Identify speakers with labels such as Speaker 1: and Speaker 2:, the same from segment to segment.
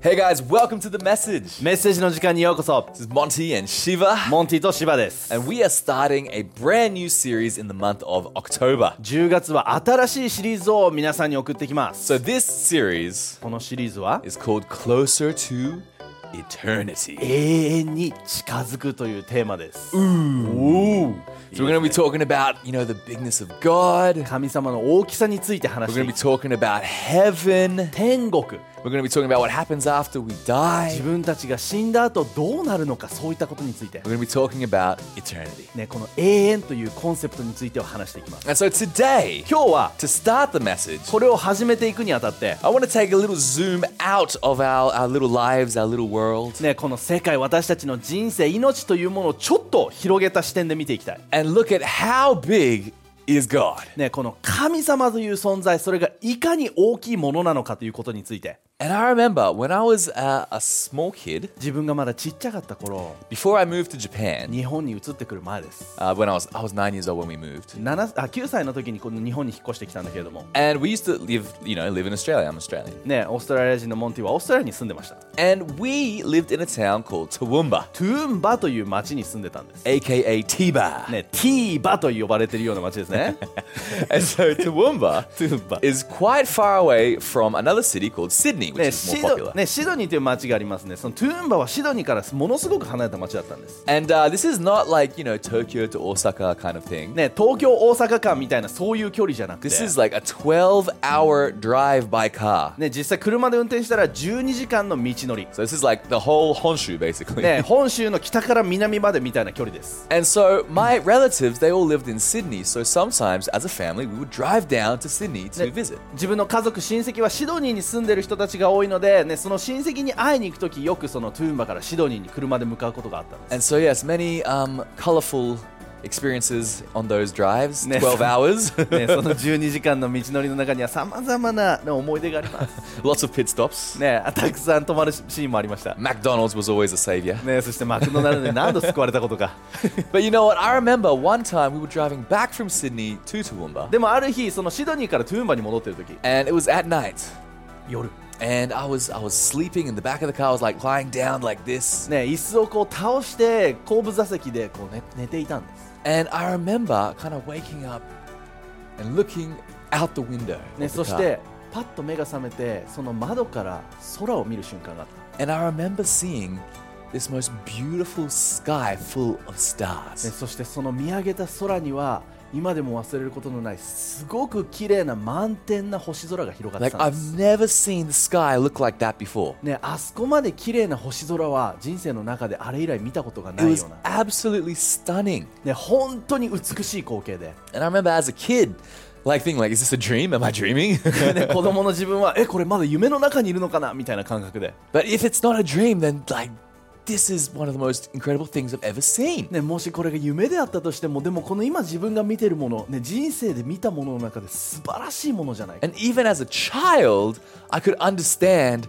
Speaker 1: Hey guys, welcome to the message.
Speaker 2: メッセージの時間にようこそ
Speaker 1: This is Monty and Shiva,
Speaker 2: モンティとシバです
Speaker 1: and we are starting a brand new series in the month of October.
Speaker 2: 10月は新しいシリーズを皆さんに送ってきます
Speaker 1: So, this series
Speaker 2: このシリーズは
Speaker 1: is called Closer to Eternity.
Speaker 2: 永遠に近づくというテーマです
Speaker 1: So we're going to be talking about, you know, the bigness of God.
Speaker 2: 神様の大きさについて
Speaker 1: We're
Speaker 2: 話して
Speaker 1: going to
Speaker 2: い
Speaker 1: be talking
Speaker 2: く
Speaker 1: about heaven.
Speaker 2: 天国
Speaker 1: We're going to be talking about what happens after we
Speaker 2: 自
Speaker 1: die.
Speaker 2: 分たちが死んだ後どうなるのかそういったことについて
Speaker 1: We're going to be talking about eternity.
Speaker 2: ね、この永遠というコンセプトについてを話していきます
Speaker 1: And so today,
Speaker 2: 今日は
Speaker 1: to start the message,
Speaker 2: これを始めていくにあたって
Speaker 1: I want to take a little zoom out of our, our little lives, our little world,
Speaker 2: ね、この世界私たちの人生命というものをちょっと広げた視点で見ていきたい
Speaker 1: and look at how big is God.
Speaker 2: ね、この神様という存在それがいかに大きいものなのかということについて
Speaker 1: And I remember when I was uh, a small kid,
Speaker 2: 自分がまだちっちゃかった頃
Speaker 1: before I moved to Japan,
Speaker 2: 日本に移ってくる前です
Speaker 1: uh, when I was, I was nine years old when we moved.
Speaker 2: 7あ9歳の時にこの日本に引っ越してきたんだけれども
Speaker 1: And we used to live, you know, live in Australia. I'm Australian.
Speaker 2: ねオーストラリア人のモンティはオーストラリアに住んでました
Speaker 1: And we lived in a town called Toowoomba,
Speaker 2: トゥーンバという町に住んでたん です、
Speaker 1: aka Tiba.
Speaker 2: ね、ティーバと呼ばれてるような町ですね
Speaker 1: and so Toowoomba
Speaker 2: トゥーンバ
Speaker 1: is quite far away from another city called Sydney, which
Speaker 2: ね
Speaker 1: is more
Speaker 2: シ
Speaker 1: popular.
Speaker 2: ドね、シドニーという町がありますねそのトゥーンバはシドニーからものすごく離れた町だったんです、
Speaker 1: And uh, this is not like, you know, Tokyo to Osaka kind of thing.
Speaker 2: ね、東京大阪間みたいなそういう距離じゃなくて
Speaker 1: This is like a 12 hour drive by car.
Speaker 2: ね、実際車で運転したら12時間の道のり、
Speaker 1: So this is like the whole Honshu, basically.
Speaker 2: ね、本州の北から南までみたいな距離です
Speaker 1: And so my relatives, they all lived in Sydney. So sometimes as a family, we would drive down to Sydney to
Speaker 2: Ne-
Speaker 1: visit.
Speaker 2: 自分の家族親戚はシドニーに住んでる人たちが多いので、ね、その親戚に会いに行く時よくそのトゥーンバからシドニーに車で向かうことがあったんです
Speaker 1: And so, yes, many um, colorful experiences on those drives.
Speaker 2: Ne-
Speaker 1: 12 hours.
Speaker 2: ね、その12時間の道のりの中にはさまざまなね思い出があります、
Speaker 1: Lots of pit stops.
Speaker 2: ね、たくさん泊まるシーンもありました、
Speaker 1: McDonald's was always a savior.
Speaker 2: ね、そしてマクドナルドに何度救われたことか
Speaker 1: But you know what? I remember one time we were driving back from Sydney to Toowoomba,
Speaker 2: でもある日そのシドニーからトゥーンバに戻ってる時
Speaker 1: and it was at night.
Speaker 2: 夜、
Speaker 1: And I was I was sleeping in the back of the car. I was like lying down like this.
Speaker 2: ね、椅子をこう倒して後部座席でこう、ね、寝ていたんです
Speaker 1: And I remember kind of waking up and looking out the window.
Speaker 2: ね、
Speaker 1: of the
Speaker 2: そし
Speaker 1: car.
Speaker 2: てパッと目が覚めてその窓から空を見る瞬間があった
Speaker 1: And I remember seeing this most beautiful sky full of、
Speaker 2: ね、
Speaker 1: stars.
Speaker 2: そしてその見上げた空には今でも忘れることのないすごく綺麗な満天な星空が広がっ
Speaker 1: Like
Speaker 2: てたん
Speaker 1: I've
Speaker 2: です、
Speaker 1: never seen the sky look like that before.
Speaker 2: ね、あそこまで綺麗な星空は人生の中であれ以来見たことがな
Speaker 1: It
Speaker 2: いよ
Speaker 1: was
Speaker 2: うな、
Speaker 1: absolutely stunning.
Speaker 2: ね、本当に美しい光景で、
Speaker 1: And I remember as a kid, like thinking like, is this a dream? Am I dreaming?
Speaker 2: ね、子供の自分はえこれまだ夢の中にいるのかなみたいな感覚で、
Speaker 1: but if it's not a dream, then like this is one of the most incredible things I've ever seen.
Speaker 2: ね、もしこれが夢であったとしてもでもこの今自分が見てるもの、ね、人生で見たものの中で素晴らしいものじゃないか
Speaker 1: And even as a child, I could understand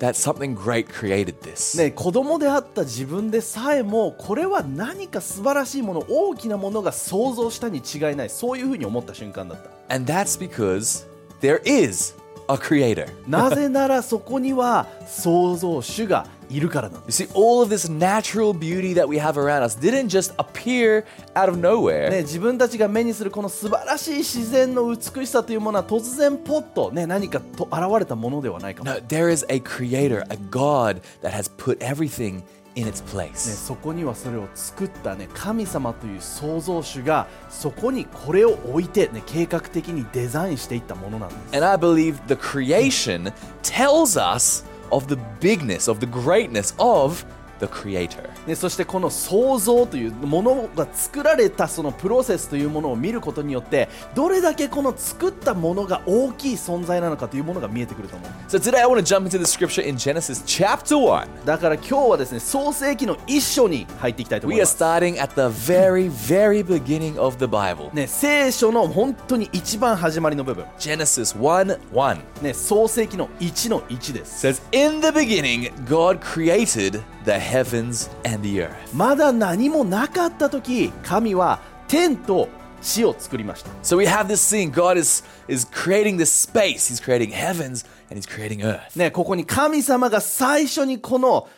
Speaker 1: that something great created this.
Speaker 2: ね、子供であった自分でさえもこれは何か素晴らしいもの大きなものが想像したに違いないそういうふうに思った瞬間だった
Speaker 1: And that's because there is a creator.
Speaker 2: なぜならそこには創造主がいるからなんで
Speaker 1: You see, all of this natural beauty that we have around us didn't just appear out of nowhere.
Speaker 2: す、ね、自分たちが目にするこの素晴らしい自然の美しさというものは突然ポッと、ね、何かと現れたものではないかも、ね、
Speaker 1: No, there is a creator, a God that has put everything in its place.
Speaker 2: そこにはそれを作った、ね、神様という創造主がそこにこれを置いて、ね、計画的にデザインしていったものなんです
Speaker 1: And I believe the creation tells us of the bigness, of the greatness of the creator.
Speaker 2: でそしてこの創造というものが作られたそのプロセスというものを見ることによってどれだけこの作ったものが大きい存在なのかというものが見えてくると思う
Speaker 1: So today I want to jump into the scripture in Genesis chapter 1.
Speaker 2: だから今日はですね創世記の一章に入っていきたいと思
Speaker 1: We
Speaker 2: い
Speaker 1: are
Speaker 2: ます
Speaker 1: starting at the very, very beginning of the Bible.
Speaker 2: ね、聖書の本当に一番始まりの部分、
Speaker 1: Genesis 1 1
Speaker 2: ね、創世記の1の1です。
Speaker 1: says, In the beginning, God created the heavens and the earth.
Speaker 2: まだ何もなかった時神は天と地を作りました
Speaker 1: So we have this scene God is, is creating this space, He's creating heavens and He's creating earth.
Speaker 2: ね、ここに神様が最初にこの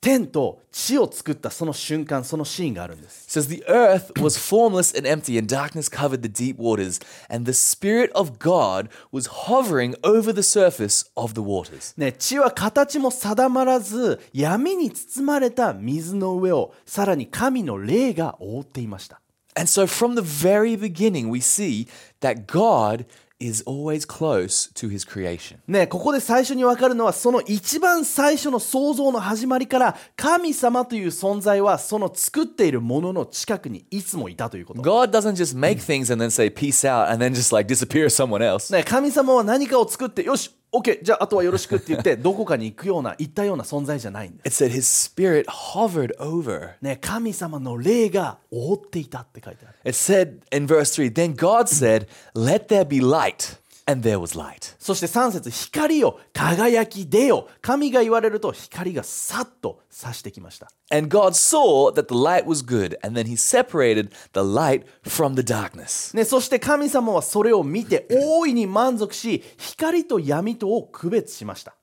Speaker 2: 天と地を作ったその瞬間そのシーンがあるんです
Speaker 1: It says the earth was formless and empty and darkness covered the deep waters and the spirit of God was hovering over the surface of the waters.
Speaker 2: ね、地は形も定まらず闇に包まれた水の上をさらに神の霊が覆っていました
Speaker 1: And so from the very beginning we see that God is always close to his creation.
Speaker 2: ね、ここで最初に分かるのはその一番最初の創造の始まりから神様という存在はその作っているものの近くにいつもいたということ
Speaker 1: God doesn't just make things and then say peace out and then just like disappear as someone else.
Speaker 2: ね、神様は何かを作ってよし OK じゃああとはよろしくって言ってどこかに行くような行ったような存在じゃないんです、
Speaker 1: It said his spirit hovered over.
Speaker 2: ね、神様の霊が覆っていたって書いてある
Speaker 1: It said in verse 3 Then God said, Let there be light. And there was light.
Speaker 2: そして3節光よ輝き出よ神が言われると光がさっと差してきました
Speaker 1: And God saw that the light was good, and then he separated the light from the darkness.
Speaker 2: ね、そして神様はそれを見て大いに満足し光と闇とを区別しました、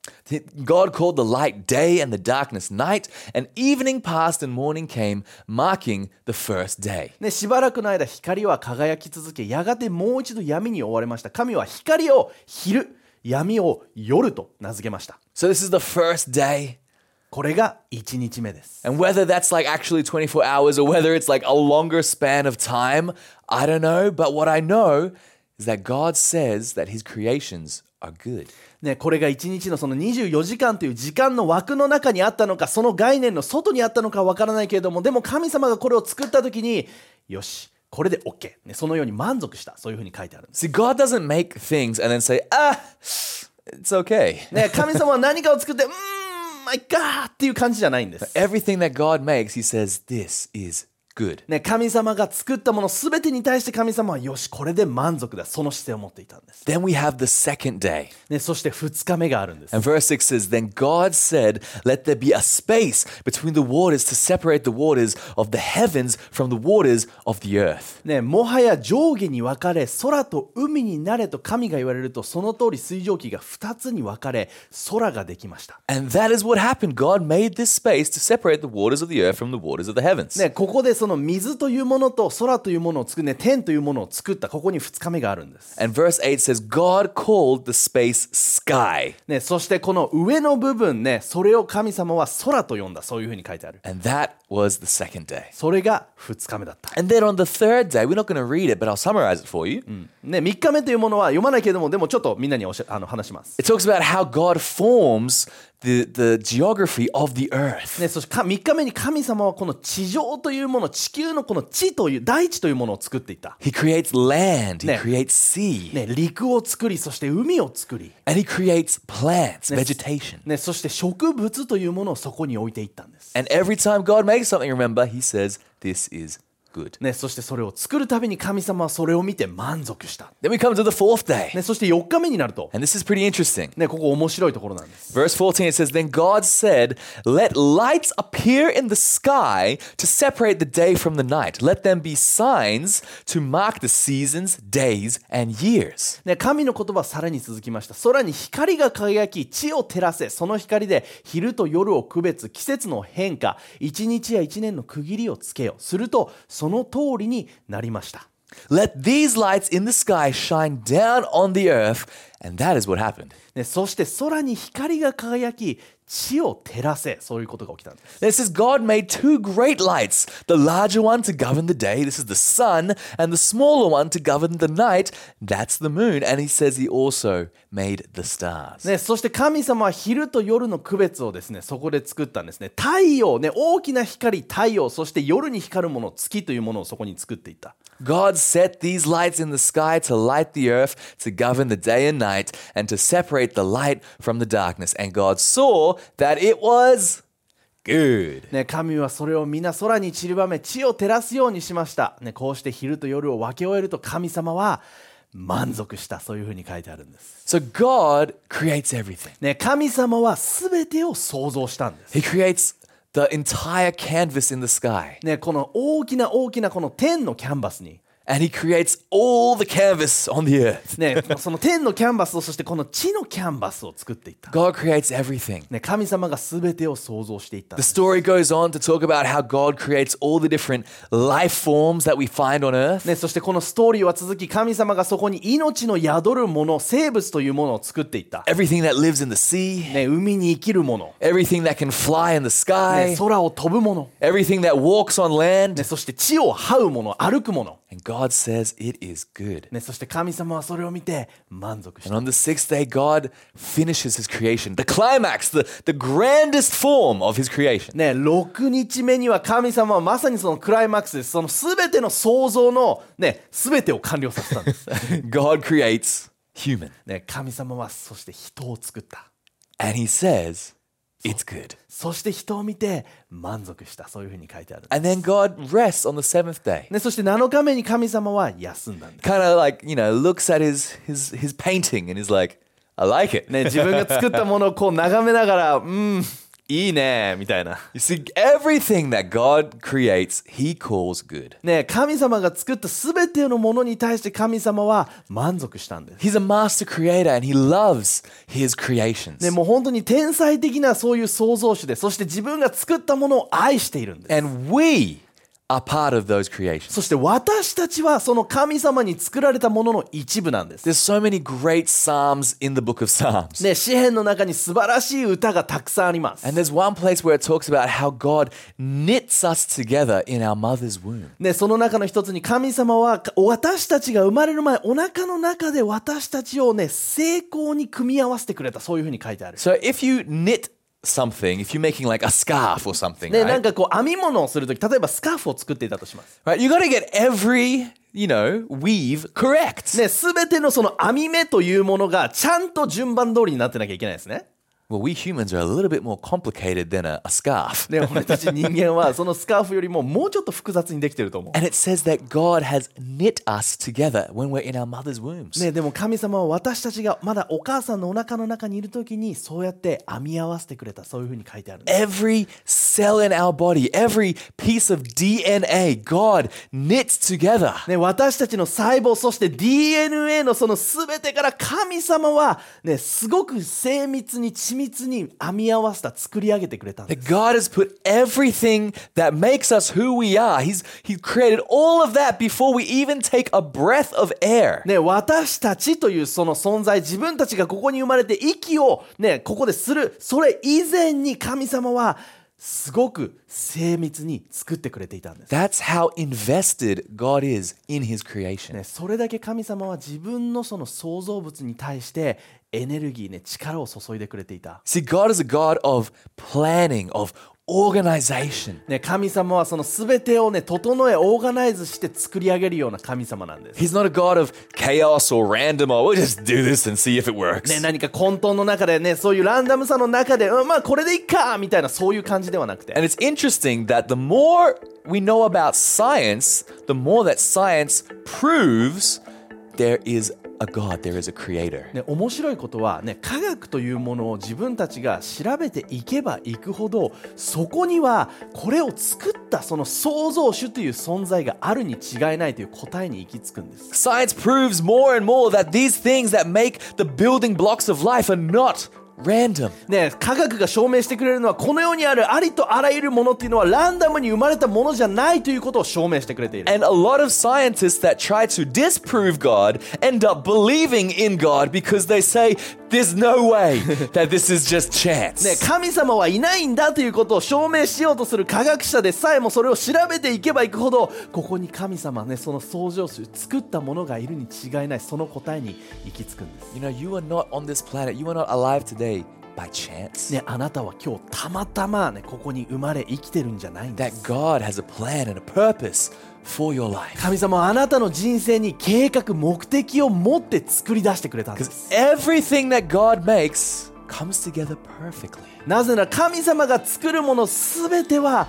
Speaker 1: God called the light day and the darkness night, and evening passed and morning came, marking the first day.
Speaker 2: ね、しばらくの間光は輝き続けやがてもう一度闇に覆われました神は光を昼闇を夜と名付けました
Speaker 1: So this is the first day.
Speaker 2: これが1日目です、
Speaker 1: And whether that's like actually 24 hours or whether it's like a longer span of time, I don't know. But what I know is that God says that his creations are good.
Speaker 2: ね、これが1日のその24時間という時間の枠の中にあったのかその概念の外にあったのかはわからないけれどもでも神様がこれを作った時によしこれで OK、ね、そのように満足したそういうふうに書いてあるんです
Speaker 1: See, God doesn't make things and then say, ah, it's okay.
Speaker 2: ね、神様は何かを作って、うー ん、まあいっかーっていう感じじゃないんです。
Speaker 1: Everything that God makes, he says, this is good.
Speaker 2: ね、神様が作ったもの全てに対して神様はよし、これで満足だ。その姿勢を持っていたんです。
Speaker 1: Then we have the second day.
Speaker 2: ね、そして2日目があるんです。
Speaker 1: And verse 6 says, Then God said, Let there be a space between the waters to separate the waters of the heavens from the waters of the earth.
Speaker 2: ね、もはや上下に分かれ、空と海になれと神が言われると、その通り水蒸気が2つに分かれ、空ができました。
Speaker 1: And that is what happened. God made this space to separate the waters of the earth from the waters of the heavens.
Speaker 2: ね、ここでその水というものと空というものを作る、ね、天というものを作った、ここに2日目があるんです。
Speaker 1: And verse 8 says, God called the space sky.
Speaker 2: ね、そしてこの上の部分ね、それを神様は空と呼んだ、そういうふうに書いてある。
Speaker 1: And that was the second day.
Speaker 2: それが2日目だった。
Speaker 1: And then on the third day, we're not going to read it, but I'll summarize it for you.
Speaker 2: ね、3日目というものは読まないけれども、でもちょっとみんなにおしゃあの話します。
Speaker 1: It talks about how God forms the, the geography of the earth.
Speaker 2: ね、そして3日目に神様はこの地上というもの、地球のこの地という、大地というものを作っていった。
Speaker 1: He creates land, He
Speaker 2: Ne.
Speaker 1: creates sea,
Speaker 2: ね、陸を作り、そして海を作り、
Speaker 1: and He creates plants, vegetation.
Speaker 2: ね、そして植物というものをそこに置いていったんです。
Speaker 1: And every time God makes something, remember, He says, This is good.
Speaker 2: ね、そしてそれを作るたびに神様はそれを見て満足した。
Speaker 1: Then we come to the fourth day.
Speaker 2: ね、そして4日目になると、
Speaker 1: And this is pretty interesting.
Speaker 2: ね、ここ面白いところなんです。
Speaker 1: Verse 14 it says, Then God said, Let lights appear in the sky to separate the day from the night. Let them be signs to mark the seasons, days, and years.
Speaker 2: ね、神の言葉はさらに続きました空に光が輝き地を照らせその光で昼と夜を区別季節の変化一日や一年の区切りをつけよするとその通りになりました
Speaker 1: Let these lights in the sky shine down on the earth. And that is what happened.
Speaker 2: ね、そして空に光が輝き地を照らせそういうことが起きたんです
Speaker 1: This is God made two great lights the larger one to govern the day, this is the sun, and the smaller one to govern the night, that's the moon. And he says he also made the stars.
Speaker 2: ね、そして神様は昼と夜の区別をですねそこで作ったんですね太陽ね大きな光太陽そして夜に光るもの月というものをそこに作っていった
Speaker 1: God set these lights in the sky to light the earth, to govern the day and night, and to separate the light from the darkness. And God saw that it was good.
Speaker 2: ね、神はそれを皆空に散りばめ地を照らすようにしました、ね、こうして昼と夜を分け終えると神様は満足したそういうふうに書いてあるんです、
Speaker 1: So God creates everything.
Speaker 2: ね、神様は全てを創造したんです、
Speaker 1: He creates the entire canvas in the sky,
Speaker 2: ね、この大きな大きなこの天のキャンバスに、
Speaker 1: and He creates all the canvas on the earth.
Speaker 2: ね、その天のキャンバスとそしてこの地のキャンバスを作っていった、
Speaker 1: God creates everything.
Speaker 2: ね、神様が全てを創造していったん
Speaker 1: The
Speaker 2: です
Speaker 1: story goes on to talk about how God creates all the different life forms that we find on earth.
Speaker 2: ね、そしてこのストーリーは続き神様がそこに命の宿るもの生物というものを作っていった、
Speaker 1: Everything that lives in the sea,
Speaker 2: ね、海に生きるもの、
Speaker 1: everything that can fly in the
Speaker 2: ね
Speaker 1: sky,
Speaker 2: 空を飛ぶもの
Speaker 1: everything that walks on
Speaker 2: ね、
Speaker 1: land.
Speaker 2: そして地を這うもの、歩くもの、
Speaker 1: And God says it is good.
Speaker 2: ね、そして神様はそれを見て満足し
Speaker 1: And
Speaker 2: た。
Speaker 1: on the sixth day, God finishes his creation, the climax, the, the grandest form of his creation.
Speaker 2: ね、6日目には神様はまさにそのクライマックスです。その全ての創造の、ね、全てを完了させたんです。
Speaker 1: God creates human.
Speaker 2: ね、神様はそして人を作った。
Speaker 1: And he says it's good.
Speaker 2: そして人を見て満足した。そういうふうに書いてある。
Speaker 1: And then God rests on the seventh day.
Speaker 2: ね、そして7日目に神様は休んだんです。
Speaker 1: Kind of like, you know, looks at his his his painting and is like, I like it.
Speaker 2: ね、自分が作ったものをこう眺めながら、うん、いいね、みたいな。
Speaker 1: You see, everything that God creates, he calls good.
Speaker 2: ね、神様が作った全てのものに対して神様は満足したんです。
Speaker 1: He's a master creator and he loves his creations.
Speaker 2: ね、もう本当に天才的なそういう創造主で、そして自分が作ったものを愛しているんです。
Speaker 1: And we are part of those creations.
Speaker 2: そして私たちはその神様に作られたものの一部なんです。
Speaker 1: There's so many great psalms in the book of Psalms.
Speaker 2: ね、詩篇の中に素晴らしい歌がたくさんあります。
Speaker 1: And there's one place where it talks about how God knits us together in our mother's womb.
Speaker 2: ね、その中の一つに神様は私たちが生まれる前、お腹の中で私たちをね、成功に組み合わせてくれた。そういうふうに書いてある。
Speaker 1: So if you knit something, if you're making like a scarf or something,
Speaker 2: ね、なん
Speaker 1: right?
Speaker 2: かこう編み物をするとき、例えばスカーフを作っていたとします。
Speaker 1: right you got to get every, you know, weave correct.
Speaker 2: ね、すべてのその編み目というものがちゃんと順番通りになってなきゃいけないですね。
Speaker 1: Well, we humans are a little bit more complicated than a, a scarf.
Speaker 2: ね、俺たち人間 はそのスカーフよりももうちょっと複雑にできてると思
Speaker 1: And it says that God has knit us together when we're in our mother's wombs.
Speaker 2: う。ね、でも神様は私たちがまだお母さんのお腹の中にいる時にそうやって編み合わせてくれたそういうふうに書いてあるんです。
Speaker 1: Every cell in our body, every piece of DNA, God knits together.
Speaker 2: ね、私たちの細胞そして DNA のその全てから神様は、ね、すごく精密に緻密に編み合わせた作り上げてくれたんです。
Speaker 1: That God has put everything that makes us who we are. He's He created all of that before we even take a breath of air.
Speaker 2: ね、私たちというその存在自分たちがここに生まれて息を、ね、ここでするそれ以前に神様はすごく精密に作ってくれていたんです、
Speaker 1: That's how invested God is in His creation.
Speaker 2: ね、それだけ神様は自分のその創造物に対してエネルギー、ね、力を注いでくれていた、
Speaker 1: See, God is a God of planning, of organization.
Speaker 2: ね、神様はその全てを、ね、整えオーガナイズして作り上げるような神様なんです、
Speaker 1: He's not a God of chaos or random or we'll just do this and see if it works.
Speaker 2: ね、何か混沌の中で、ね、そういうランダムさの中で、うん、まあこれでいっかみたいなそういう感じではなくて
Speaker 1: And it's interesting that the more we know about science, the more that science proves there is a God, there is a creator.
Speaker 2: ね、面白いことは、ね、科学というものを自分たちが調べていけばいくほどそこにはこれを作ったその創造主という存在があるに違いないという答えに行き着くんです、
Speaker 1: Science proves more and more that these things that make the building blocks of life are not Random.
Speaker 2: ねえ科学が証明してくれるのはこの世にあるありとあらゆるものっていうのはランダムに生まれたものじゃないということを証明してくれている
Speaker 1: And a lot of scientists that try to disprove God end up believing in God because they say there's no way that this is just
Speaker 2: ね
Speaker 1: chance.
Speaker 2: え神様はいないんだということを証明しようとする科学者でさえもそれを調べていけばいくほどここに神様ねその創造主作ったものがいるに違いないその答えに行き着くんです
Speaker 1: You know, you are not on this planet, you are not alive today by chance.
Speaker 2: ねあなたは今日たまたまねここに生まれ生きてるんじゃないんで
Speaker 1: That
Speaker 2: す
Speaker 1: God has a plan and a purpose for your life.
Speaker 2: 神様はあなたの人生に計画目的を持って作り出してくれたんです
Speaker 1: Everything that God makes comes together perfectly.
Speaker 2: なぜなら神様が作るもの全ては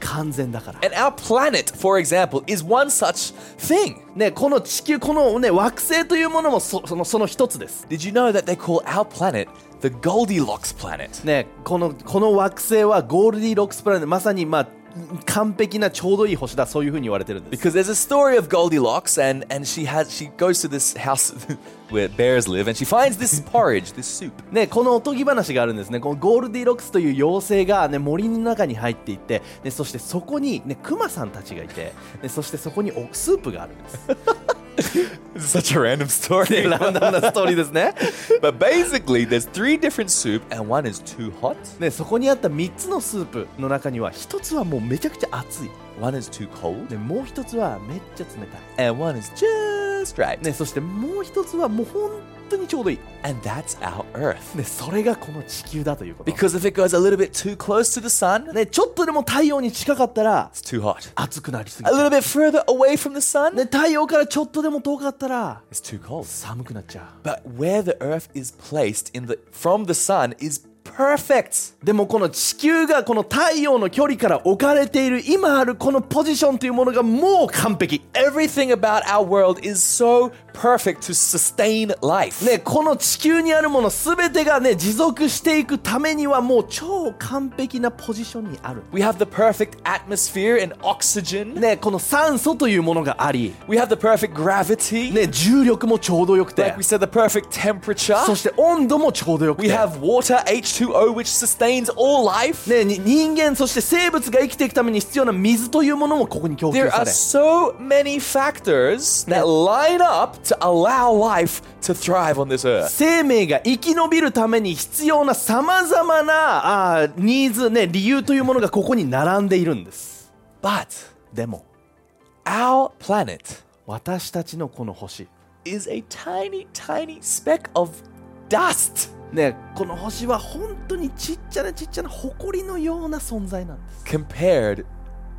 Speaker 2: 完全だから。
Speaker 1: And our planet, for example, is one such thing.
Speaker 2: ね、この地球、この、ね、惑星というものもそそのその一つです。
Speaker 1: Did you know that they call our planet the Goldilocks planet?
Speaker 2: ね、このこの惑星はゴールディロックスプラネット、まさに、まあ、完璧なちょうどいい星だ、そういうふうに言われてるんです。
Speaker 1: Because there's a story of Goldilocks, and, and she has she goes to this house where bears live, and she finds this porridge, this soup.
Speaker 2: ね、このおとぎ話があるんですね。このゴールディロックスという妖精が、ね、森の中に入っていって、ね、そしてそこに、ね、クマさんたちがいて、ね、そしてそこにおスープがあるん です。
Speaker 1: Such a random story.
Speaker 2: ランダムなストーリーですね。
Speaker 1: but basically, there's three different soup, and one is too hot,
Speaker 2: ね、そこにあった3つのスープの中には1つはもうめちゃくちゃ熱い、
Speaker 1: one is too cold,
Speaker 2: ね、もう1つはめっちゃ冷た
Speaker 1: and one is just right.
Speaker 2: い、ね、そしてもう1つはもう本当にちょうどいい、
Speaker 1: And that's our Earth.
Speaker 2: ね、それがこの地球だということ、
Speaker 1: Because if it goes a little bit too close to the sun,
Speaker 2: ね、ちょっとでも太陽に近かったら
Speaker 1: it's too hot.
Speaker 2: 熱くなりすぎ
Speaker 1: A
Speaker 2: ち
Speaker 1: little
Speaker 2: ゃう、
Speaker 1: bit further away from the sun,
Speaker 2: ね、太陽からちょっとでも遠かったら
Speaker 1: it's too cold.
Speaker 2: 寒くなっちゃ
Speaker 1: But where the Earth is placed in the from the sun is perfect.
Speaker 2: うでもこの地球がこの太陽の距離から置かれている今あるこのポジションというものがもう完璧
Speaker 1: Everything about our world is so perfect to sustain life.
Speaker 2: ね、この地球にあるもの全てがね持続していくためにはもう超完璧なポジションにある。
Speaker 1: We have the perfect atmosphere and oxygen.
Speaker 2: ね、この酸素というものがあり、
Speaker 1: We have the perfect gravity.
Speaker 2: ね、重力もちょうどよくて
Speaker 1: Like we、said, the perfect temperature.
Speaker 2: そして温度もちょうどよく
Speaker 1: We
Speaker 2: て、
Speaker 1: have water, H2O, which sustains all life.
Speaker 2: ね、に人間そして生物が生きていくために必要な水というものもここに供給
Speaker 1: There
Speaker 2: さ
Speaker 1: are
Speaker 2: れ、
Speaker 1: so many factors that line up to allow life to thrive on this earth.
Speaker 2: 生命が生き延びるために必要なさまざまなあーニーズ、ね、理由というものがここに並んでいるんです。
Speaker 1: But
Speaker 2: でも
Speaker 1: our planet
Speaker 2: 私たちのこの星
Speaker 1: is a tiny, tiny speck of dust
Speaker 2: ね、この星は本当にちっちゃなちっちゃな埃のような存在なんです。
Speaker 1: compared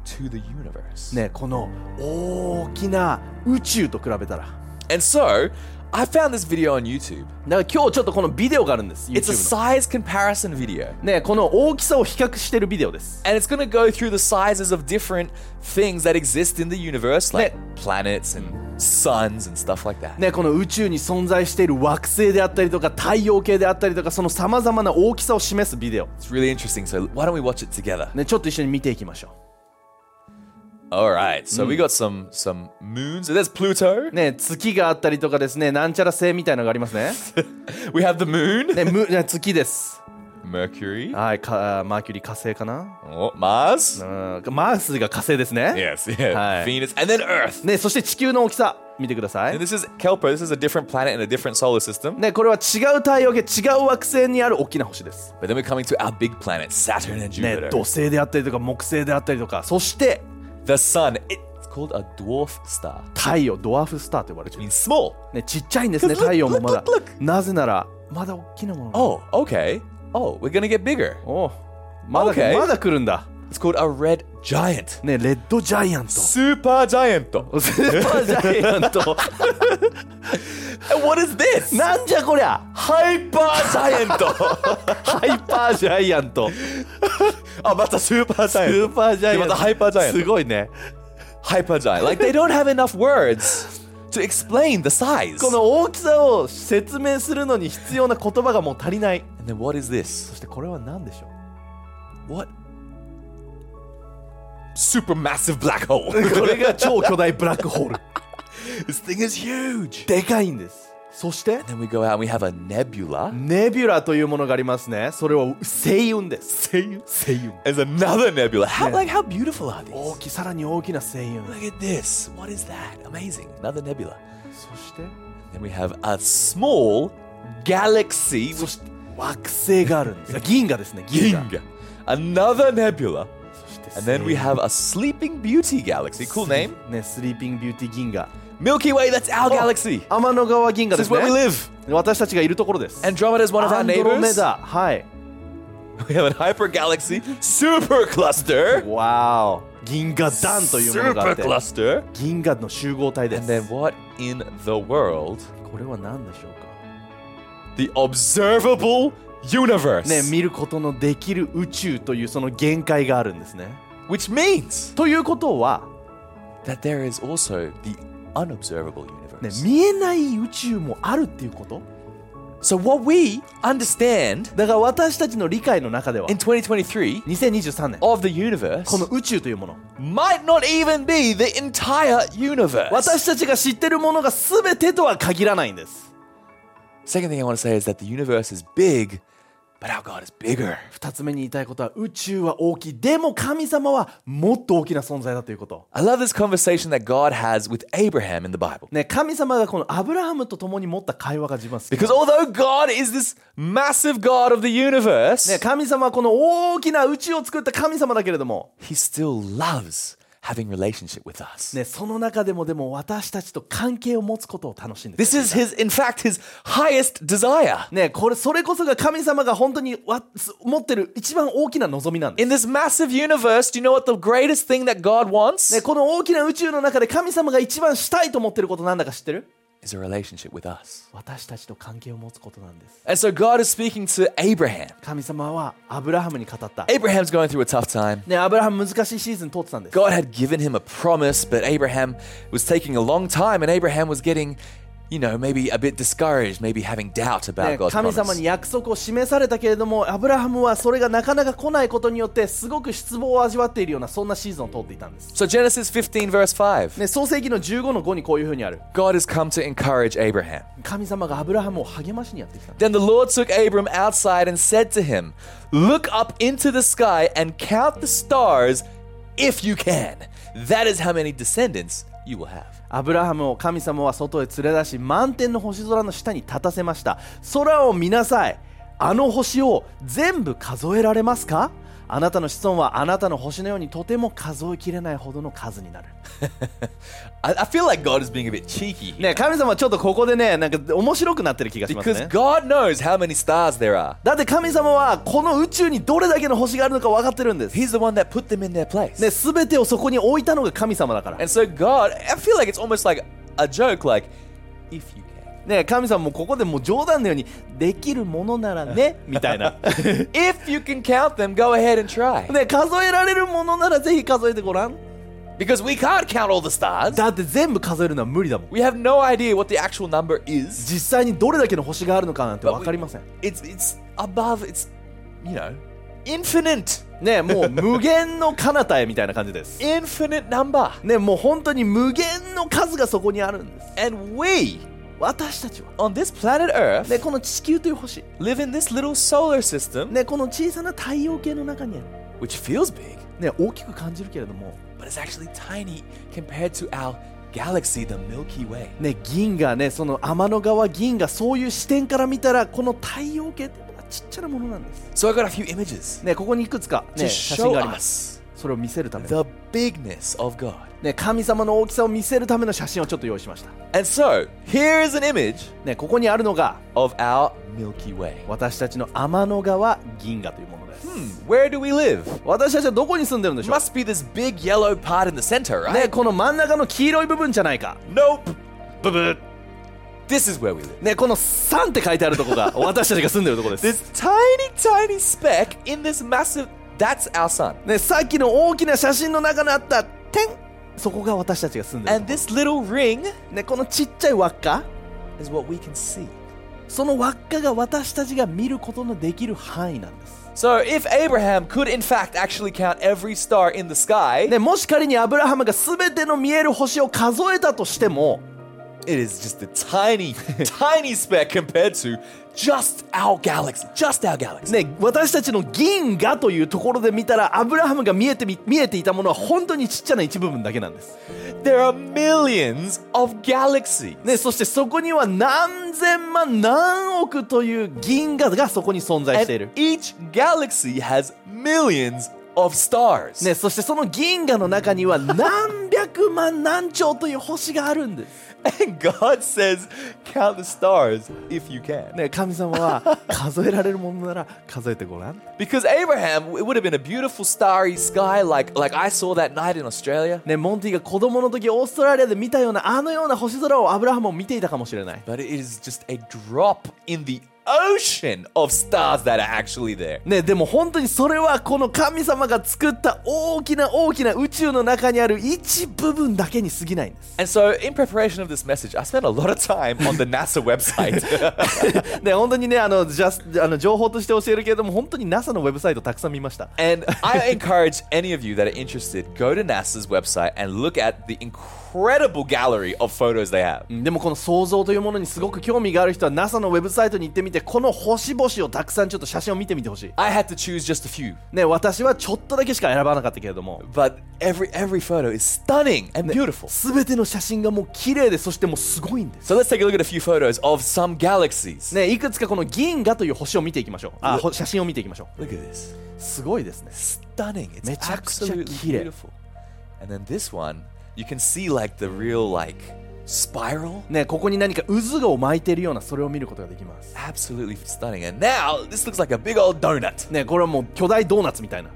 Speaker 1: to the universe.
Speaker 2: ね、この大きな宇宙と比べたら。だか
Speaker 1: And so, I found this video on YouTube.
Speaker 2: ら今日ちょっとこのビデオがあるんです。
Speaker 1: It's a
Speaker 2: YouTube
Speaker 1: size
Speaker 2: の
Speaker 1: comparison video.
Speaker 2: ね、この大きさを比較してるビデオです。
Speaker 1: And it's going to go through the sizes of different things that exist in the universe, like planets and suns and stuff like that.
Speaker 2: ね、この宇宙に存在している惑星であったりとか太陽系であったりとかそのさまざまな大きさを示すビデオ、
Speaker 1: It's really interesting. So, why don't we watch it together?
Speaker 2: ね、ちょっと一緒に見ていきましょ
Speaker 1: All right. So, we got some some moons. So There's Pluto.
Speaker 2: う、ね、月があったりとかですねなんちゃら星みたいなのがありますね
Speaker 1: We have the moon,
Speaker 2: ねむね月です
Speaker 1: Mercury,
Speaker 2: はいかマーキュリー火星かな
Speaker 1: oh, Mars.
Speaker 2: うんマースが火星ですね
Speaker 1: Yes, yeah.
Speaker 2: Hi.
Speaker 1: Venus, and then Earth.
Speaker 2: ね、そして地球の大きさ見てくださ
Speaker 1: And
Speaker 2: い。
Speaker 1: this is Kelpo. This is a different planet in a different solar system.
Speaker 2: ね、これは違う太陽系、違う惑星にある大きな星です。
Speaker 1: But then we're coming to our big planet, Saturn and
Speaker 2: ね
Speaker 1: Jupiter.、
Speaker 2: 土星であったりとか木星であったりとか、そして
Speaker 1: the sun. It's called a dwarf star.
Speaker 2: 太陽、ドワーフスターと呼ばれて
Speaker 1: It
Speaker 2: いる。
Speaker 1: means small.
Speaker 2: ね、ちっちゃいんですね、
Speaker 1: Look, look,
Speaker 2: 太陽もまだ
Speaker 1: look, look,。
Speaker 2: なぜなら、まだ大きなものが。
Speaker 1: Oh, okay. Oh, we're gonna get bigger.
Speaker 2: おうまだ、
Speaker 1: Okay.
Speaker 2: まだ来るんだ。
Speaker 1: It's called a red giant.
Speaker 2: ね、レッドジャイアント。ス
Speaker 1: Super giant.
Speaker 2: ーパージャイアント。
Speaker 1: And what is this?
Speaker 2: なんじゃこりゃ
Speaker 1: Hyper giant.
Speaker 2: ハイパージャイアン ト。
Speaker 1: oh, but the super
Speaker 2: スー
Speaker 1: giant.
Speaker 2: パージャイアン
Speaker 1: ま
Speaker 2: ト。
Speaker 1: たハイパージャイアント
Speaker 2: すごいね。
Speaker 1: Hyper giant. Like they don't have enough words to explain the size.
Speaker 2: この大きさを説明するのに必要な言葉がもう足りない。
Speaker 1: And then what is this?
Speaker 2: そしてこれは何でしょう
Speaker 1: What? Super massive black hole.
Speaker 2: これが超巨大ブラックホール
Speaker 1: this thing is huge.
Speaker 2: でかいんですそして
Speaker 1: Then we go out and we have a nebula.
Speaker 2: ネビュラというものがありますねそれは星雲です星雲星雲
Speaker 1: There's another nebula. How like how beautiful are these?
Speaker 2: 大きさらに大きな星雲
Speaker 1: Oh, Look at this. What is that? Amazing. Another nebula.
Speaker 2: そして
Speaker 1: Then we have a small galaxy,
Speaker 2: そ
Speaker 1: which
Speaker 2: して惑星があるんです銀河ですね銀河
Speaker 1: Ginga. Another nebula.
Speaker 2: そして
Speaker 1: And then we have a sleeping beauty galaxy. Cool name.
Speaker 2: ねスリーピングビューティー銀河
Speaker 1: Milky Way, that's our galaxy.
Speaker 2: 天の川銀河
Speaker 1: This is
Speaker 2: です
Speaker 1: where
Speaker 2: ね
Speaker 1: we live.
Speaker 2: 私たちがいるところです
Speaker 1: Andromeda is one of
Speaker 2: ア
Speaker 1: our
Speaker 2: ンドロメ
Speaker 1: neighbors.
Speaker 2: ダはい
Speaker 1: We have a hypergalaxy, supercluster.
Speaker 2: わお銀河団というものがあって
Speaker 1: Supercluster.
Speaker 2: 銀河の集合体で
Speaker 1: And
Speaker 2: す
Speaker 1: then what in the world?
Speaker 2: これは何でしょうか
Speaker 1: The observable universe.
Speaker 2: ね見ることのできる宇宙というその限界があるんですね
Speaker 1: Which means
Speaker 2: ということは、
Speaker 1: that there is also the unobservable universe.
Speaker 2: ね、見えない宇宙もあるっていうこと
Speaker 1: So what we understand
Speaker 2: だから私たちの理解の中では
Speaker 1: in 2023
Speaker 2: 2023年
Speaker 1: of the universe
Speaker 2: この宇宙というもの
Speaker 1: might not even be the entire universe.
Speaker 2: 私たちが知ってるものが全てとは限らないんです
Speaker 1: Second thing I want to say is that the universe is big, but our God is bigger.
Speaker 2: 二つ目に言いたいことは宇宙は大きいでも神様はもっと大きな存在だということ
Speaker 1: I love this conversation that God has with Abraham in the Bible.
Speaker 2: ね神様がこのアブラハムと共に持った会話が自分は好き
Speaker 1: Because although God is this massive God of the universe,
Speaker 2: ね、神様はこの大きな宇宙を作った神様だけれども、
Speaker 1: he still loves having relationship with us.
Speaker 2: ね、その中でもでも私たちと関係を持つことを楽しんで
Speaker 1: This is his in fact his highest desire.
Speaker 2: ね、これそれこそが神様が本当にわす持ってる一番大きな望みなんです、
Speaker 1: In this massive universe, do you know what the greatest thing that God wants?
Speaker 2: ね、この大きな宇宙の中で神様が一番したいと思ってることなんだか知ってる
Speaker 1: Is a relationship with us.
Speaker 2: 私たちと関係を持つことなんです
Speaker 1: And so God is speaking to Abraham.
Speaker 2: 神様はアブラハムに語った、
Speaker 1: Abraham's going through a tough time.
Speaker 2: ね、アブラハム難しいシーズン通ってたんです
Speaker 1: God had given him a promise, but Abraham was taking a long time, and Abraham was getting, you know, maybe a bit discouraged, maybe having doubt about
Speaker 2: ね
Speaker 1: God's
Speaker 2: 神様
Speaker 1: promise.
Speaker 2: に約束を示されたけれどもアブラハムはそれがなかなか来ないことによってすごく失望を味わっているようなそんなシーズンを通っていたんです、
Speaker 1: So Genesis 15, verse 5,
Speaker 2: ね、創世紀の15の5にこういうふうにある
Speaker 1: God has come to encourage Abraham.
Speaker 2: 神様がアブラハムを励ましにやってきた
Speaker 1: Then the Lord took Abram outside and said to him, Look up into the sky and count the stars if you can. That is how many descendants you will have.
Speaker 2: アブラハムを神様は外へ連れ出し満天の星空の下に立たせました空を見なさいあの星を全部数えられますかあなたの子孫はあなたの星のようにとても数えきれないほどの数になる
Speaker 1: I, I feel like God is being a bit cheeky here
Speaker 2: ね神様ちょっとここでねなんか面白くなってる気がします
Speaker 1: because
Speaker 2: ね
Speaker 1: God knows how many stars there are.
Speaker 2: だって神様はこの宇宙にどれだけの星があるのか分かってるんです。
Speaker 1: He's the one that put them in their place.
Speaker 2: ね、全てをそこに置いたのが神様だから。
Speaker 1: And so God, I feel like it's almost like a joke, like, if you can.
Speaker 2: ね、神様もここでもう冗談のように、できるものならね、 みたいな。
Speaker 1: If you can count them, go ahead and try.
Speaker 2: ね、数えられるものならぜひ数えてごらん。
Speaker 1: Because we can't count all the stars.
Speaker 2: だって全部数えるのは無理だもん。
Speaker 1: We have no idea what the actual number is.
Speaker 2: 実際にどれだけの星があるのかなんて
Speaker 1: But we-
Speaker 2: 分かりません。
Speaker 1: It's it's above, it's you know, infinite.
Speaker 2: ね、もう無限の彼方へみたいな感じです。
Speaker 1: Infinite number.
Speaker 2: ね、もう本当に無限の数がそこにあるんです。
Speaker 1: And we
Speaker 2: 私たちは。
Speaker 1: on this planet Earth
Speaker 2: ね、この地球という星。
Speaker 1: live in this little solar system,
Speaker 2: ね、この小さな太陽系の中にある。
Speaker 1: which feels big,
Speaker 2: ね、大きく感じるけれども、
Speaker 1: but it's actually tiny compared to our galaxy, the Milky Way.
Speaker 2: ね、銀河ね、その天の川銀河、そういう視点から見たら、この太陽系っていうのはちっちゃなものなんです。
Speaker 1: So I got a few images
Speaker 2: ね、ここにいくつか、
Speaker 1: to
Speaker 2: ね、写
Speaker 1: show
Speaker 2: 真があります。
Speaker 1: us
Speaker 2: それを見せるために、
Speaker 1: the bigness of God.
Speaker 2: ね、神様の大きさを見せるための写真をちょっと用意しました。
Speaker 1: And so, here is an image
Speaker 2: ね、ここにあるのが、
Speaker 1: of our Milky Way.
Speaker 2: 私たちの天の川銀河というものです。
Speaker 1: Where do we live?
Speaker 2: 私たちはどこに住んでるんで
Speaker 1: It
Speaker 2: しょ
Speaker 1: must be this big yellow part in the center,
Speaker 2: う
Speaker 1: right?
Speaker 2: ね、この真ん中の黄色い部分じゃないか。
Speaker 1: Nope. This is where we live.
Speaker 2: ね、この3って書いてあるとこが、私たちが住んでるとこです。
Speaker 1: This tiny, tiny speck in this massive. That's our sun.
Speaker 2: ね、さっきの大きな写真の中にあった点、そこが私たちが住んでるとこ
Speaker 1: And this little ring
Speaker 2: ね、このちっちゃい輪っか
Speaker 1: is what we can see.
Speaker 2: その輪っかが私たちが見ることのできる範囲なんです、
Speaker 1: So, if Abraham could, in fact, actually count every star in the sky,
Speaker 2: ね、もし仮にアブラハムが全ての見える星を数えたとしても
Speaker 1: It is just a tiny, tiny speck compared to just our galaxy. Just our galaxy.
Speaker 2: ね、私たちの銀河というところで見たらアブラハムが見えてみ見えていたものは本当にちっちゃな一部分だけなんです、
Speaker 1: There are millions of galaxies.
Speaker 2: ね、そしてそこには何千万何億という銀河がそこに存在している
Speaker 1: And、each galaxy has millions of stars.
Speaker 2: ね、そしてその銀河の中には何百万何兆という星があるんです、
Speaker 1: And God says, count the stars if you can.
Speaker 2: ね、神様は数えられるものなら数えてごらん、
Speaker 1: Because Abraham, it would have been a beautiful starry sky like, like I saw that night in Australia.
Speaker 2: ね、モンティが子供の時オーストラリアで見たようなあのような星空をアブラハムも見ていたかもしれない
Speaker 1: But it is just a drop in the ocean of stars that are actually there.
Speaker 2: ね、でも本当にそれはこの神様が作った大きな大きな宇宙の中にある一部分だけに過ぎないん です。
Speaker 1: And so, in preparation of this message, I spent a lot of time on the NASA website.
Speaker 2: ね、本当にね、あの、ジャスあの情報として教えるけれども、本当に NASA のウェブサイトたくさん見ました。
Speaker 1: and I encourage any of you that are interested, go to NASA's website and look at the incredible gallery of photos they have.
Speaker 2: でもこの想像というものにすごく興味がある人は NASA のウェブサイトに行ってみて、この星々をたくさんちょっと写真を見てみてほしい。
Speaker 1: I had to choose just a few,
Speaker 2: ね、私はちょっとだけしか選ばなかったけれども、
Speaker 1: but every every photo is stunning and beautiful.
Speaker 2: すべての写真がもう綺麗で、そしてもうすごいんです。
Speaker 1: So let's take a look at a few photos of some galaxies.
Speaker 2: ね、いくつかこの銀河という星を見ていきましょう。あ、ほ写真を見ていきましょ
Speaker 1: Look at this.
Speaker 2: う。すごいですね。
Speaker 1: Stunning. It's
Speaker 2: めちゃくちゃ
Speaker 1: absolutely
Speaker 2: 綺麗。
Speaker 1: beautiful. And then this one, you can see like the real like spiral.
Speaker 2: ね、ここに何か渦を巻いているようなそれを見ることができます。
Speaker 1: Absolutely stunning. And now this looks like a big old donut.
Speaker 2: ね、これはもう巨大ドーナツみたいな。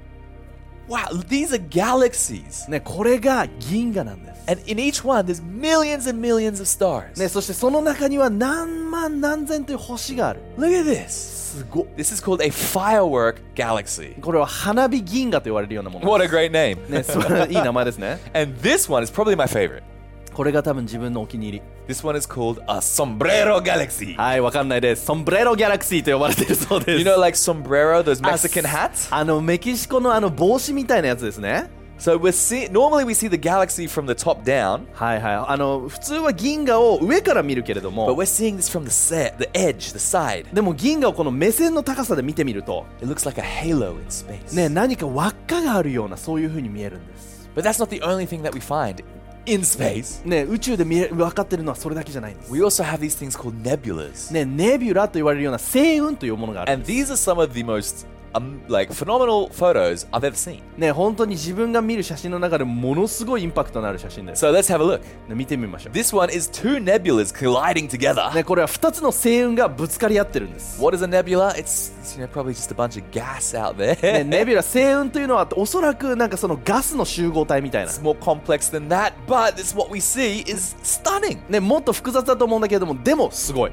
Speaker 1: Wow, these are galaxies.
Speaker 2: ね、これが銀河なんです。
Speaker 1: And in each one, there's millions and millions of stars.
Speaker 2: ね、そしてその中には何万何千という星がある。
Speaker 1: Look at this.
Speaker 2: すごっ
Speaker 1: This is called a firework galaxy.
Speaker 2: これは花火銀河と言われるようなもの。
Speaker 1: What a great name.
Speaker 2: ね、それ いい名前ですね。
Speaker 1: And this one is probably my favorite.
Speaker 2: これが多分自分のお気に入り。
Speaker 1: This one is called a sombrero galaxy.
Speaker 2: はい、わかんないです。ソンブレロギャラクシーと呼ばれているそうです。
Speaker 1: You know, like sombrero, those
Speaker 2: あ
Speaker 1: Mexican hats?
Speaker 2: あの、メキシコのあの帽子みたいなやつですね。
Speaker 1: So we're see- normally we see the galaxy from the top down,
Speaker 2: はいはい。あの、普通は銀河を上から見るけれど
Speaker 1: but
Speaker 2: も、
Speaker 1: we're seeing this from the set, the edge, the side.
Speaker 2: でも銀河をこの目線の高さで見てみると、
Speaker 1: It looks like a halo in space.
Speaker 2: ね、何か輪っかがあるようなそういう風に見えるんです、
Speaker 1: But that's not the only thing that we find in space.
Speaker 2: ね、宇宙で見え分かってるのはそれだけじゃないんです、
Speaker 1: We also have these things called nebulas.
Speaker 2: ね、ネビュラと言われるような星雲というものがある、
Speaker 1: And these are some of the most um, like phenomenal photos I've ever seen.
Speaker 2: ね、本当に自分が見る写真の中でものすごいインパクトのある写真です、
Speaker 1: So let's have a look.
Speaker 2: ね、見てみましょう、
Speaker 1: This one is two nebulas colliding together.
Speaker 2: ね、これは2つの星雲がぶつかり合ってるんです、
Speaker 1: What is a nebula? It's, it's, you know probably just a bunch of gas out there.
Speaker 2: ね、ネビュラ星雲というのはおそらくなんかそのガスの集合体みたい な
Speaker 1: It's more complex than that, but it's what we see is stunning.
Speaker 2: ね、もっと複雑だと思うんだけれどもでもすごい、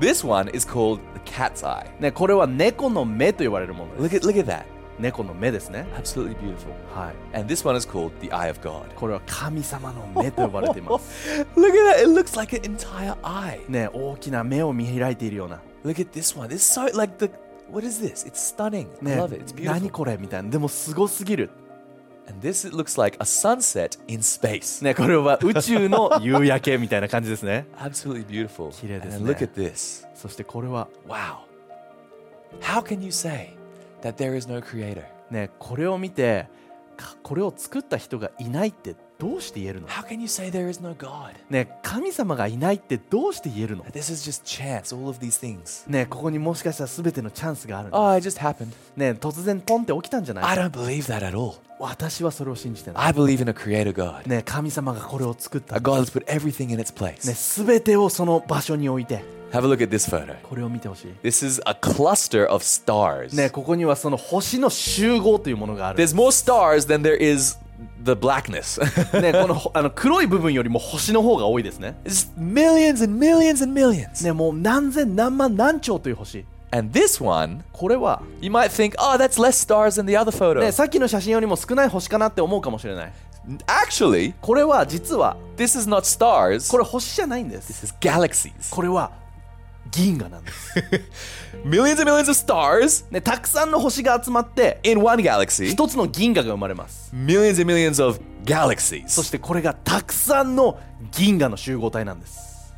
Speaker 1: This one is called the cat's eye.
Speaker 2: ね、これは猫の目と言われるものです
Speaker 1: Look at look at that.
Speaker 2: 猫の目ですね
Speaker 1: Absolutely beautiful.
Speaker 2: はい
Speaker 1: And this one is called the eye of God.
Speaker 2: これは神様の目と呼ばれています
Speaker 1: look at that. It looks like an entire eye.
Speaker 2: ね、大きな目を見開いているような、
Speaker 1: Look at this one. It's so like the what is this? It's stunning. I
Speaker 2: ね
Speaker 1: love it. It's
Speaker 2: 何
Speaker 1: beautiful.
Speaker 2: これみたいなでもすごすぎる、
Speaker 1: And this it looks like a sunset in space.
Speaker 2: ね、これは宇宙の夕焼けみたいな感じですね
Speaker 1: Absolutely beautiful.
Speaker 2: 綺麗ですね。
Speaker 1: And then look at this.
Speaker 2: そしてこれは、
Speaker 1: Wow. How can you say that there is no creator?
Speaker 2: ね、これを見てかこれを作った人がいないってどうして言えるの、
Speaker 1: How can you say there is no God?
Speaker 2: ね、神様がいないってどうして言えるの
Speaker 1: That、this is just chance, all of these things.
Speaker 2: ね、ここにもしかしたら全てのチャンスがあるんだ
Speaker 1: Oh, it just happened.
Speaker 2: ね、突然ポンって起きたんじゃな
Speaker 1: I
Speaker 2: い
Speaker 1: don't believe that at all.
Speaker 2: 私はそれを信じてない、
Speaker 1: I believe in a creator God.
Speaker 2: ね、神様がこれを作った、
Speaker 1: A
Speaker 2: ね、
Speaker 1: God that's put everything in its place.
Speaker 2: 全てをその場所に置いて
Speaker 1: Have a look at this photo.
Speaker 2: これを見てほしい
Speaker 1: This is a cluster of stars.
Speaker 2: ね、ここにはその星の集合というものがある。
Speaker 1: There's more stars than there is the blackness.
Speaker 2: ね、このほあの黒い部分よりも星の方が多いですね。
Speaker 1: It's millions and millions and millions.
Speaker 2: ね、もう何千何万何兆という星。
Speaker 1: And this one,
Speaker 2: これは、
Speaker 1: you might think, oh, that's less stars than the other
Speaker 2: ね、
Speaker 1: photo.
Speaker 2: さっきの写真よりも少ない星かなって思うかもしれない。
Speaker 1: Actually,
Speaker 2: これは実は、
Speaker 1: this is not stars.
Speaker 2: これ星じゃないんで
Speaker 1: This
Speaker 2: す。
Speaker 1: is galaxies.
Speaker 2: これは銀河なんです。
Speaker 1: Millions and millions of stars
Speaker 2: ね、たくさんの星が集まって、
Speaker 1: in one galaxy.
Speaker 2: 一つの銀河が生まれます。
Speaker 1: Millions and millions of
Speaker 2: そ
Speaker 1: galaxies.
Speaker 2: してこれがたくさんの銀河の集合体なんです。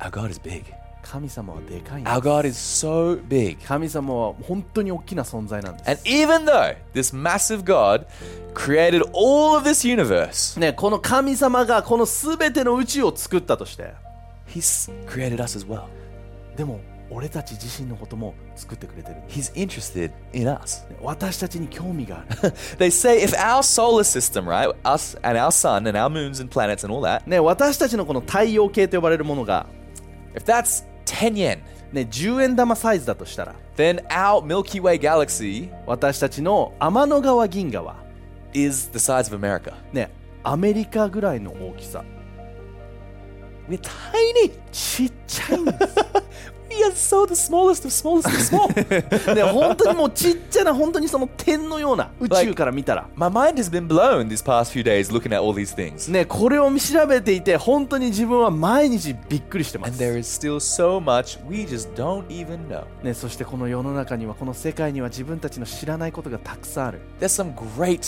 Speaker 1: Our God is big.
Speaker 2: 神様はでかいんです
Speaker 1: Our God is so big.
Speaker 2: 神様は本当に大きな存在なんです
Speaker 1: And even though this massive God created all of this universe,
Speaker 2: ね、この神様がこの全ての宇宙を作ったとして
Speaker 1: He's created us as well.
Speaker 2: でも俺たち自身のことも作ってくれてる
Speaker 1: He's interested in us.
Speaker 2: 私たちに興味がある、
Speaker 1: They say if our solar system, right, us and our sun and our moons and planets and all that,
Speaker 2: ね、 私たちのこの太陽系と呼ばれるものが、
Speaker 1: if that's 10 yen,
Speaker 2: ね、10円玉サイズだとしたら
Speaker 1: then our Milky Way galaxy
Speaker 2: 私たちの天の川銀河は、
Speaker 1: is the size of America.
Speaker 2: ね、アメリカぐらいの大きさ
Speaker 1: We're tiny.
Speaker 2: ちっちゃいんです
Speaker 1: We are so the smallest of smallest of small.
Speaker 2: ね本当にもうちっちゃな本当にその点のような宇宙から見たら、
Speaker 1: My mind has been blown these past few days looking at all these things.
Speaker 2: ね、これを調べていて本当に自分は毎日びっくりしてま
Speaker 1: And
Speaker 2: す
Speaker 1: there is still so much we just don't even know.
Speaker 2: ね、そしてこの世の中にはこの世界には自分たちの知らないことがたくさんある、
Speaker 1: There's some great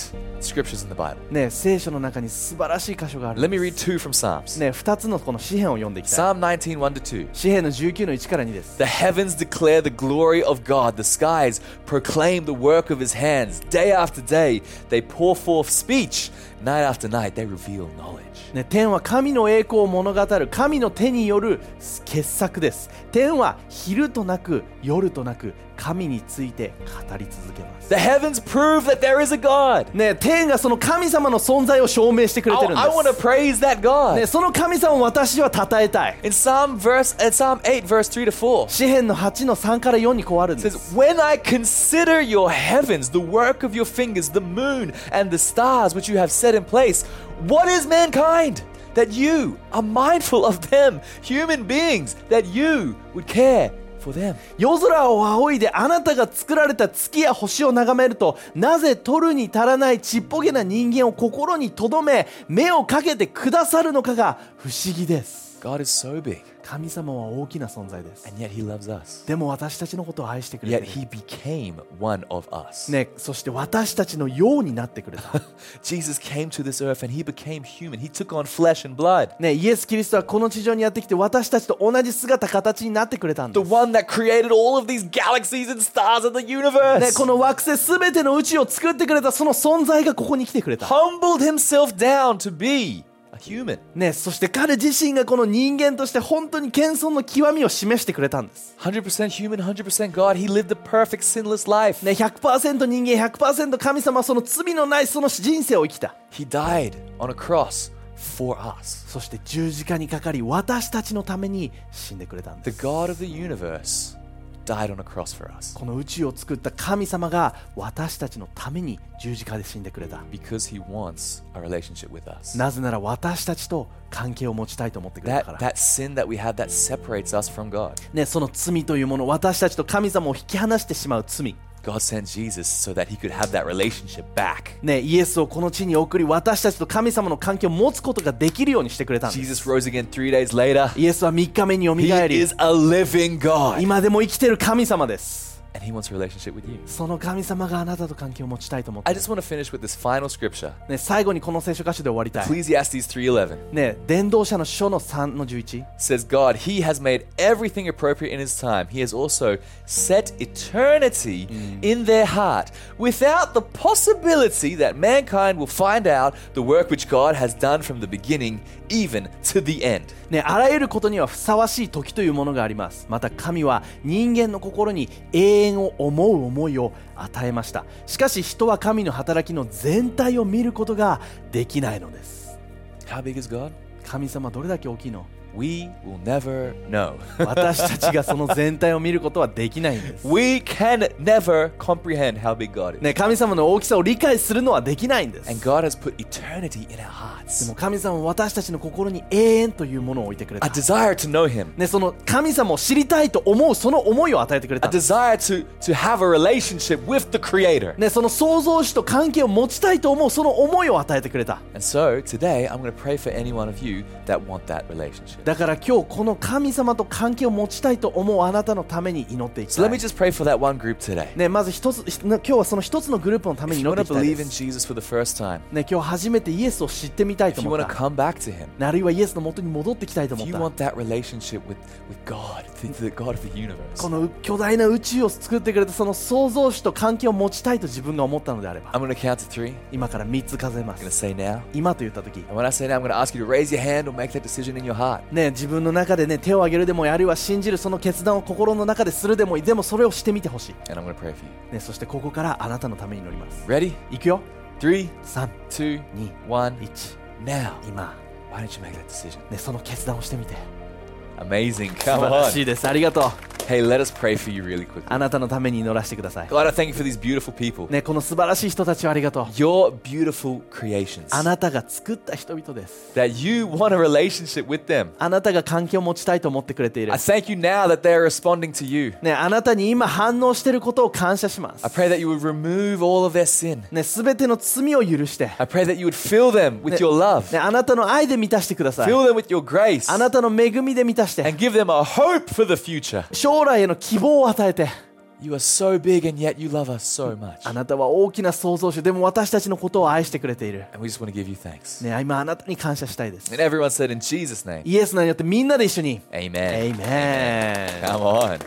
Speaker 1: scriptures in the Bible.
Speaker 2: ね、聖書の中に素晴らしい箇所がある
Speaker 1: Let me read two from Psalms.
Speaker 2: ね、2つのこの詩篇を読んでいきたい
Speaker 1: Psalm 19, 1 to 2.
Speaker 2: 詩篇の19の1から2です
Speaker 1: The heavens declare the glory of God. The skies proclaim the work of his hands. Day after day, they pour forth speech. Night after night, they reveal knowledge.
Speaker 2: ね、天は神の栄光を物語る神の手による傑作です天は昼となく夜となく神について語り続けます
Speaker 1: The heavens prove that there is a God.
Speaker 2: ね、天がその神様の存在を証明してく
Speaker 1: I,
Speaker 2: れてるん
Speaker 1: want to
Speaker 2: です、
Speaker 1: praise that
Speaker 2: ね、
Speaker 1: God.
Speaker 2: その神様を私は称えたい
Speaker 1: In Psalm verse, uh, Psalm 8, verse 3 to 4.
Speaker 2: 詩篇の8の3から4にこうあるんで
Speaker 1: It says,
Speaker 2: す
Speaker 1: When I consider your heavens, the work of your fingers, the moon and the stars which you have set in place, what is mankind that you are mindful of them, human beings that you would care for them?
Speaker 2: 夜空を仰いであなたが作られた月や星を眺めるとなぜ取るに足らないちっぽけな人間を心に留め目をかけてくださるのかが不思議です
Speaker 1: God is so big,
Speaker 2: 神様は大きな存在です
Speaker 1: and yet He loves us.
Speaker 2: でも私たちのことを愛してくれ
Speaker 1: Yet
Speaker 2: て
Speaker 1: He
Speaker 2: る
Speaker 1: became one of us.
Speaker 2: ね、そして私たちのようになってくれ た、
Speaker 1: Jesus came to this earth and He became human. He took on flesh and blood.
Speaker 2: ね、イエス・キリストはこの地上にやってきて私たちと同じ姿形になってくれたん
Speaker 1: The
Speaker 2: です、ね、
Speaker 1: one that created all of these galaxies and stars in the universe.
Speaker 2: この惑星すべての宇宙を作ってくれたその存在がここに来てくれた
Speaker 1: humbled himself down to be a human.
Speaker 2: ね、そして彼自身がこの人間として本当に謙遜の極みを示してくれたんです。
Speaker 1: 100% human, 100% God. He lived a perfect, sinless life.
Speaker 2: ね、100%人間、100%神様はその罪のないその人生を生きた。
Speaker 1: He died on a cross for us.
Speaker 2: そして十字架にかかり私たちのために死んでくれたん
Speaker 1: The
Speaker 2: です。
Speaker 1: God of the universe died on a cross for us
Speaker 2: この宇宙を作った神様が私たちのために十字架で死んでくれた。
Speaker 1: because he wants a relationship with us.
Speaker 2: なぜなら私たちと関係を持ちたいと思ってくれたか
Speaker 1: That,
Speaker 2: ら。
Speaker 1: that sin that we have that separates us from God.
Speaker 2: ね、その罪というもの、私たちと神様を引き離してしまう罪。
Speaker 1: God sent Jesus so that he could have that relationship back.
Speaker 2: ね、イエスをこの地に送り私たちと神様の関係を持つことができるようにしてくれたんです。
Speaker 1: Jesus rose again three days later.
Speaker 2: イエスは3日目によみ
Speaker 1: He
Speaker 2: がえり
Speaker 1: is a living God.
Speaker 2: 今でも生きてる神様です。
Speaker 1: And he wants a relationship with you.
Speaker 2: その神様があなたと関係を持ちたいと思って
Speaker 1: I
Speaker 2: る、
Speaker 1: just want to finish with this final scripture.
Speaker 2: ね、最後にこの聖書箇所で終わりたい。
Speaker 1: Ecclesiastes 3:11
Speaker 2: ね、伝道者の書の3の11。
Speaker 1: says God, he has made everything appropriate in his time. He has also set eternity in their heart without the possibility that mankind will find out the work which God has done from the beginning even to the end.
Speaker 2: ね、あらゆることにはふさわしい時というものがあります。また神は人間の心に永遠を思う思いを与えました。しかし人は神の働きの全体を見ることができないのです。
Speaker 1: How big is God?
Speaker 2: 神様どれだけ大きいの
Speaker 1: We will never know.
Speaker 2: 私たちがその全体を見ることはできないんです。
Speaker 1: we can never comprehend how big God is.
Speaker 2: ね、神様の大きさを理解するのはできないんです。
Speaker 1: And God has put eternity in our hearts.
Speaker 2: でも神様は私たちの心に永遠というものを置いてくれ
Speaker 1: A
Speaker 2: た。
Speaker 1: desire to know him.
Speaker 2: ね、その神様を知りたいと思うその思いを与えてくれ
Speaker 1: A
Speaker 2: た。
Speaker 1: desire to, to have a relationship with the creator.
Speaker 2: ね、その創造主と関係を持ちたいと思うその思いを与えてくれた。
Speaker 1: And so today I'm going to pray for any one of you that want that relationship.
Speaker 2: だから今日この神様と関係を持ちたいと思うあなたのために祈っていき
Speaker 1: So
Speaker 2: た
Speaker 1: let me
Speaker 2: い、
Speaker 1: just pray for that one group today.
Speaker 2: ね、まず一つひ今日はその一つのグループのために
Speaker 1: If you
Speaker 2: 祈っ
Speaker 1: want to
Speaker 2: ていきた
Speaker 1: believe
Speaker 2: いで
Speaker 1: in
Speaker 2: す、
Speaker 1: Jesus for the first time,
Speaker 2: ね、今日初めてイエスを知ってみたい
Speaker 1: if
Speaker 2: と
Speaker 1: you
Speaker 2: 思っ
Speaker 1: want to
Speaker 2: た
Speaker 1: come back to Him,
Speaker 2: あるいはイエスの元に戻ってきたいと
Speaker 1: if
Speaker 2: 思っ
Speaker 1: you
Speaker 2: た
Speaker 1: want that relationship with, with God, the, the God of the universe,
Speaker 2: こ
Speaker 1: I'm
Speaker 2: の巨大な宇宙を作ってくれたその創造主と関係を持ちたいと自分が思ったのであれば
Speaker 1: going to count to three. I'm
Speaker 2: 今から3つ数えま
Speaker 1: going to
Speaker 2: す
Speaker 1: say now.
Speaker 2: 今と言った時
Speaker 1: And when I say now, I'm going to ask you to raise your hand or make that decision in your heart.
Speaker 2: ね、自分の中でね手を挙げるでもあるいは信じるその決断を心の中でするでもいいでもそれをしてみてほし
Speaker 1: And I'm going to pray for you.
Speaker 2: い、ね、そしてここからあなたのために祈ります
Speaker 1: Ready?
Speaker 2: いくよ
Speaker 1: Three,
Speaker 2: 3
Speaker 1: two,
Speaker 2: 2
Speaker 1: one.
Speaker 2: 1
Speaker 1: Now,
Speaker 2: 今、
Speaker 1: why don't you make that decision?
Speaker 2: ね、その決断をしてみて
Speaker 1: Amazing.
Speaker 2: 素
Speaker 1: Come
Speaker 2: 晴らし
Speaker 1: on.
Speaker 2: いですありがとう
Speaker 1: Hey, let us pray for you really quickly.
Speaker 2: あなたのために祈らせてください、
Speaker 1: God, I thank you for these beautiful people.
Speaker 2: ね、この素晴らしい人たちをありがとう
Speaker 1: Your beautiful creations.
Speaker 2: あなたが作った人々です
Speaker 1: That you want a relationship with them.
Speaker 2: あなたが関係を持ちたいと思ってくれている
Speaker 1: I thank you now that they are responding to you.
Speaker 2: ね、あなたに今反応していることを感謝しま
Speaker 1: I
Speaker 2: す。
Speaker 1: pray that you would remove all of their sin.
Speaker 2: ね、すべての罪を許して、
Speaker 1: I pray that you would fill them with your love.
Speaker 2: ね、あなたの愛で満たしてください。
Speaker 1: Fill them with your grace.
Speaker 2: あなたの恵みで満たして、
Speaker 1: And give them a hope for the future.
Speaker 2: 将来への希望を与えて、
Speaker 1: You are so big and yet you love us so much.
Speaker 2: あなたは大きな創造主、でも私たちのことを愛してくれている。
Speaker 1: And we just want to give you thanks.
Speaker 2: ね、今あなたに感謝したいです。
Speaker 1: And everyone said in Jesus' name.
Speaker 2: イエスなによってみんなで一緒に。エ
Speaker 1: Amen.
Speaker 2: イメ
Speaker 1: Come on.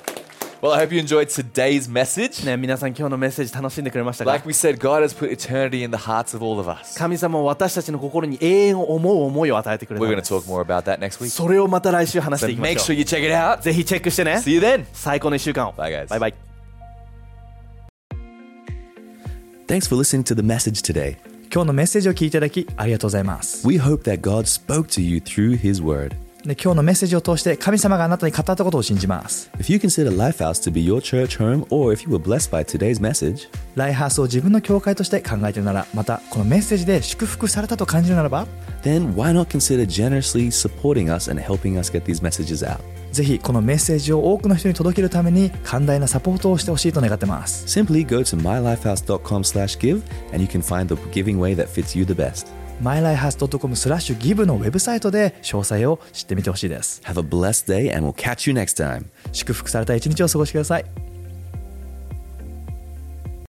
Speaker 1: Well, I hope you enjoyed today's message.
Speaker 2: ン。ね、皆さん今日のメッセージ楽しんでくれましたか
Speaker 1: Like we said, God has put eternity in the hearts of all of us.
Speaker 2: 神様は私たちの心に永遠を思う思いを与えてくれた
Speaker 1: We're
Speaker 2: ん
Speaker 1: going
Speaker 2: で
Speaker 1: to
Speaker 2: す
Speaker 1: talk more about that next week.
Speaker 2: それをまた来週話して
Speaker 1: So
Speaker 2: いきま
Speaker 1: make
Speaker 2: しょ
Speaker 1: sure
Speaker 2: う。
Speaker 1: you check it out.
Speaker 2: ぜひチェックしてね
Speaker 1: See。you then.
Speaker 2: 最高の1週間を。
Speaker 1: Bye, guys.
Speaker 2: バイバイ。
Speaker 3: Thanks for listening to the message today.
Speaker 4: 今日のメッセージを聞いていただきありがとうございます
Speaker 3: We hope that God spoke to you through His Word.
Speaker 4: で今日のメッセージを通して神様があなたに語ったことを信じます
Speaker 3: If you consider Lifehouse to be your church home, or if you were blessed by today's message,
Speaker 4: ライハースを自分の教会として考えているならまたこのメッセージで祝福されたと感じるならば
Speaker 3: then why not consider generously supporting us and helping us get these messages out?
Speaker 4: ぜひこのメッセージを多くの人に届けるために寛大なサポートをしてほしいと願ってます
Speaker 3: Simply go to mylifehouse.com/give and you can find the giving way that fits you the best.
Speaker 4: mylifehouse.com スラッシュギブのウェブサイトで詳細を知ってみてほしいです
Speaker 3: Have a blessed day and we'll catch you next time.
Speaker 4: 祝福された一日を過ごしてください